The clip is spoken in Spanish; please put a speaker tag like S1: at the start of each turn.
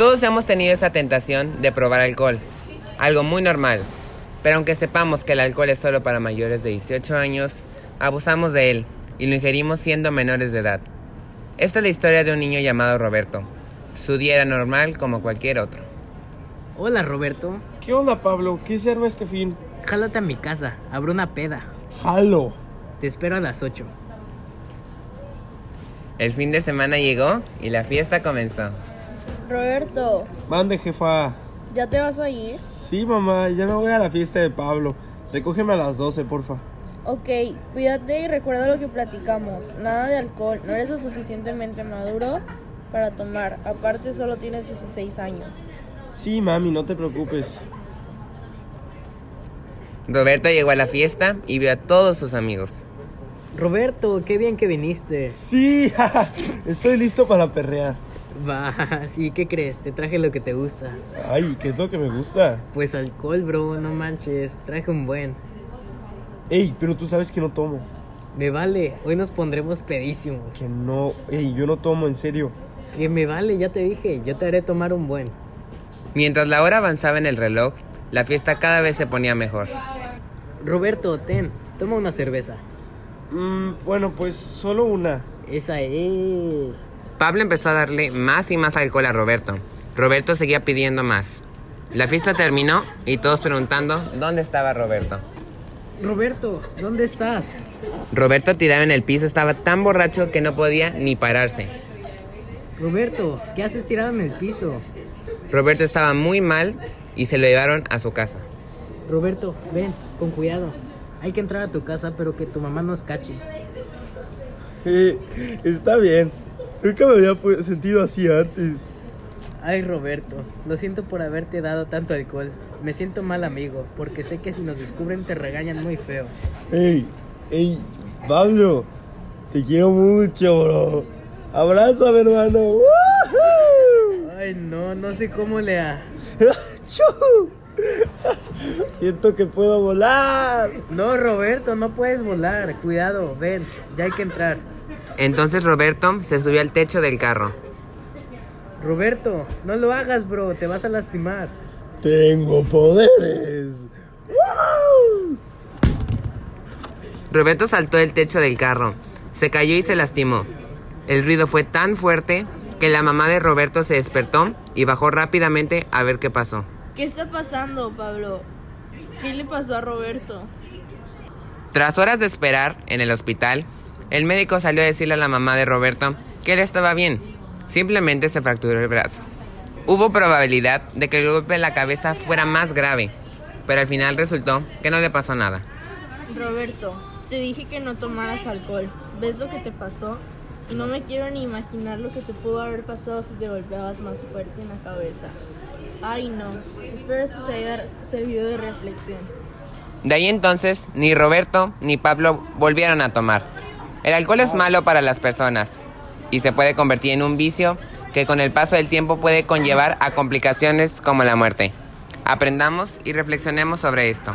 S1: Todos hemos tenido esa tentación de probar alcohol, algo muy normal, pero aunque sepamos que el alcohol es solo para mayores de 18 años, abusamos de él y lo ingerimos siendo menores de edad. Esta es la historia de un niño llamado Roberto. Su día era normal como cualquier otro.
S2: Hola Roberto,
S3: ¿Qué onda, Pablo? ¿Qué hicieron este fin?
S2: jálate a mi casa, habrá una peda.
S3: Jalo.
S2: Te espero a las 8.
S1: El fin de semana llegó y la fiesta comenzó.
S4: Roberto,
S3: Mande, jefa.
S4: ¿ya te vas a ir?
S3: Sí, mamá, ya me voy a la fiesta de Pablo. Recógeme a las 12, porfa.
S4: Ok, cuídate y recuerda lo que platicamos. Nada de alcohol, no eres lo suficientemente maduro para tomar. Aparte, solo tienes 16 años.
S3: Sí, mami, no te preocupes.
S1: Roberto llegó a la fiesta y vio a todos sus amigos.
S2: Roberto, qué bien que viniste.
S3: Sí, jaja, estoy listo para perrear.
S2: Va, sí, ¿qué crees? Te traje lo que te gusta.
S3: Ay, ¿qué es lo que me gusta?
S2: Pues alcohol, bro, no manches, traje un buen.
S3: Ey, pero tú sabes que no tomo.
S2: Me vale, hoy nos pondremos pedísimos.
S3: Que no, ey, yo no tomo, en serio.
S2: Que me vale, ya te dije, yo te haré tomar un buen.
S1: Mientras la hora avanzaba en el reloj, la fiesta cada vez se ponía mejor.
S2: Roberto, ten, toma una cerveza.
S3: Mm, bueno, pues solo una.
S2: Esa es.
S1: Pablo empezó a darle más y más alcohol a Roberto. Roberto seguía pidiendo más. La fiesta terminó y todos preguntando dónde estaba Roberto.
S2: Roberto, ¿dónde estás?
S1: Roberto tirado en el piso estaba tan borracho que no podía ni pararse.
S2: Roberto, ¿qué haces tirado en el piso?
S1: Roberto estaba muy mal y se lo llevaron a su casa.
S2: Roberto, ven, con cuidado. Hay que entrar a tu casa, pero que tu mamá nos cache.
S3: Eh, está bien. Nunca me había pu- sentido así antes.
S2: Ay, Roberto, lo siento por haberte dado tanto alcohol. Me siento mal, amigo, porque sé que si nos descubren te regañan muy feo.
S3: Ey, ey, Pablo, te quiero mucho, bro. Abrázame, hermano. ¡Woohoo!
S2: Ay, no, no sé cómo le ha.
S3: ¡Chu! Siento que puedo volar.
S2: No, Roberto, no puedes volar. Cuidado, ven, ya hay que entrar.
S1: Entonces Roberto se subió al techo del carro.
S2: Roberto, no lo hagas, bro, te vas a lastimar.
S3: Tengo poderes. ¡Woo!
S1: Roberto saltó del techo del carro, se cayó y se lastimó. El ruido fue tan fuerte que la mamá de Roberto se despertó y bajó rápidamente a ver qué pasó.
S4: ¿Qué está pasando, Pablo? ¿Qué le pasó a Roberto?
S1: Tras horas de esperar en el hospital, el médico salió a decirle a la mamá de Roberto que él estaba bien, simplemente se fracturó el brazo. Hubo probabilidad de que el golpe en la cabeza fuera más grave, pero al final resultó que no le pasó nada.
S4: Roberto, te dije que no tomaras alcohol. ¿Ves lo que te pasó? No me quiero ni imaginar lo que te pudo haber pasado si te golpeabas más fuerte en la cabeza. Ay, no. Espero esto te haya servido de reflexión.
S1: De ahí entonces, ni Roberto ni Pablo volvieron a tomar. El alcohol es malo para las personas y se puede convertir en un vicio que con el paso del tiempo puede conllevar a complicaciones como la muerte. Aprendamos y reflexionemos sobre esto.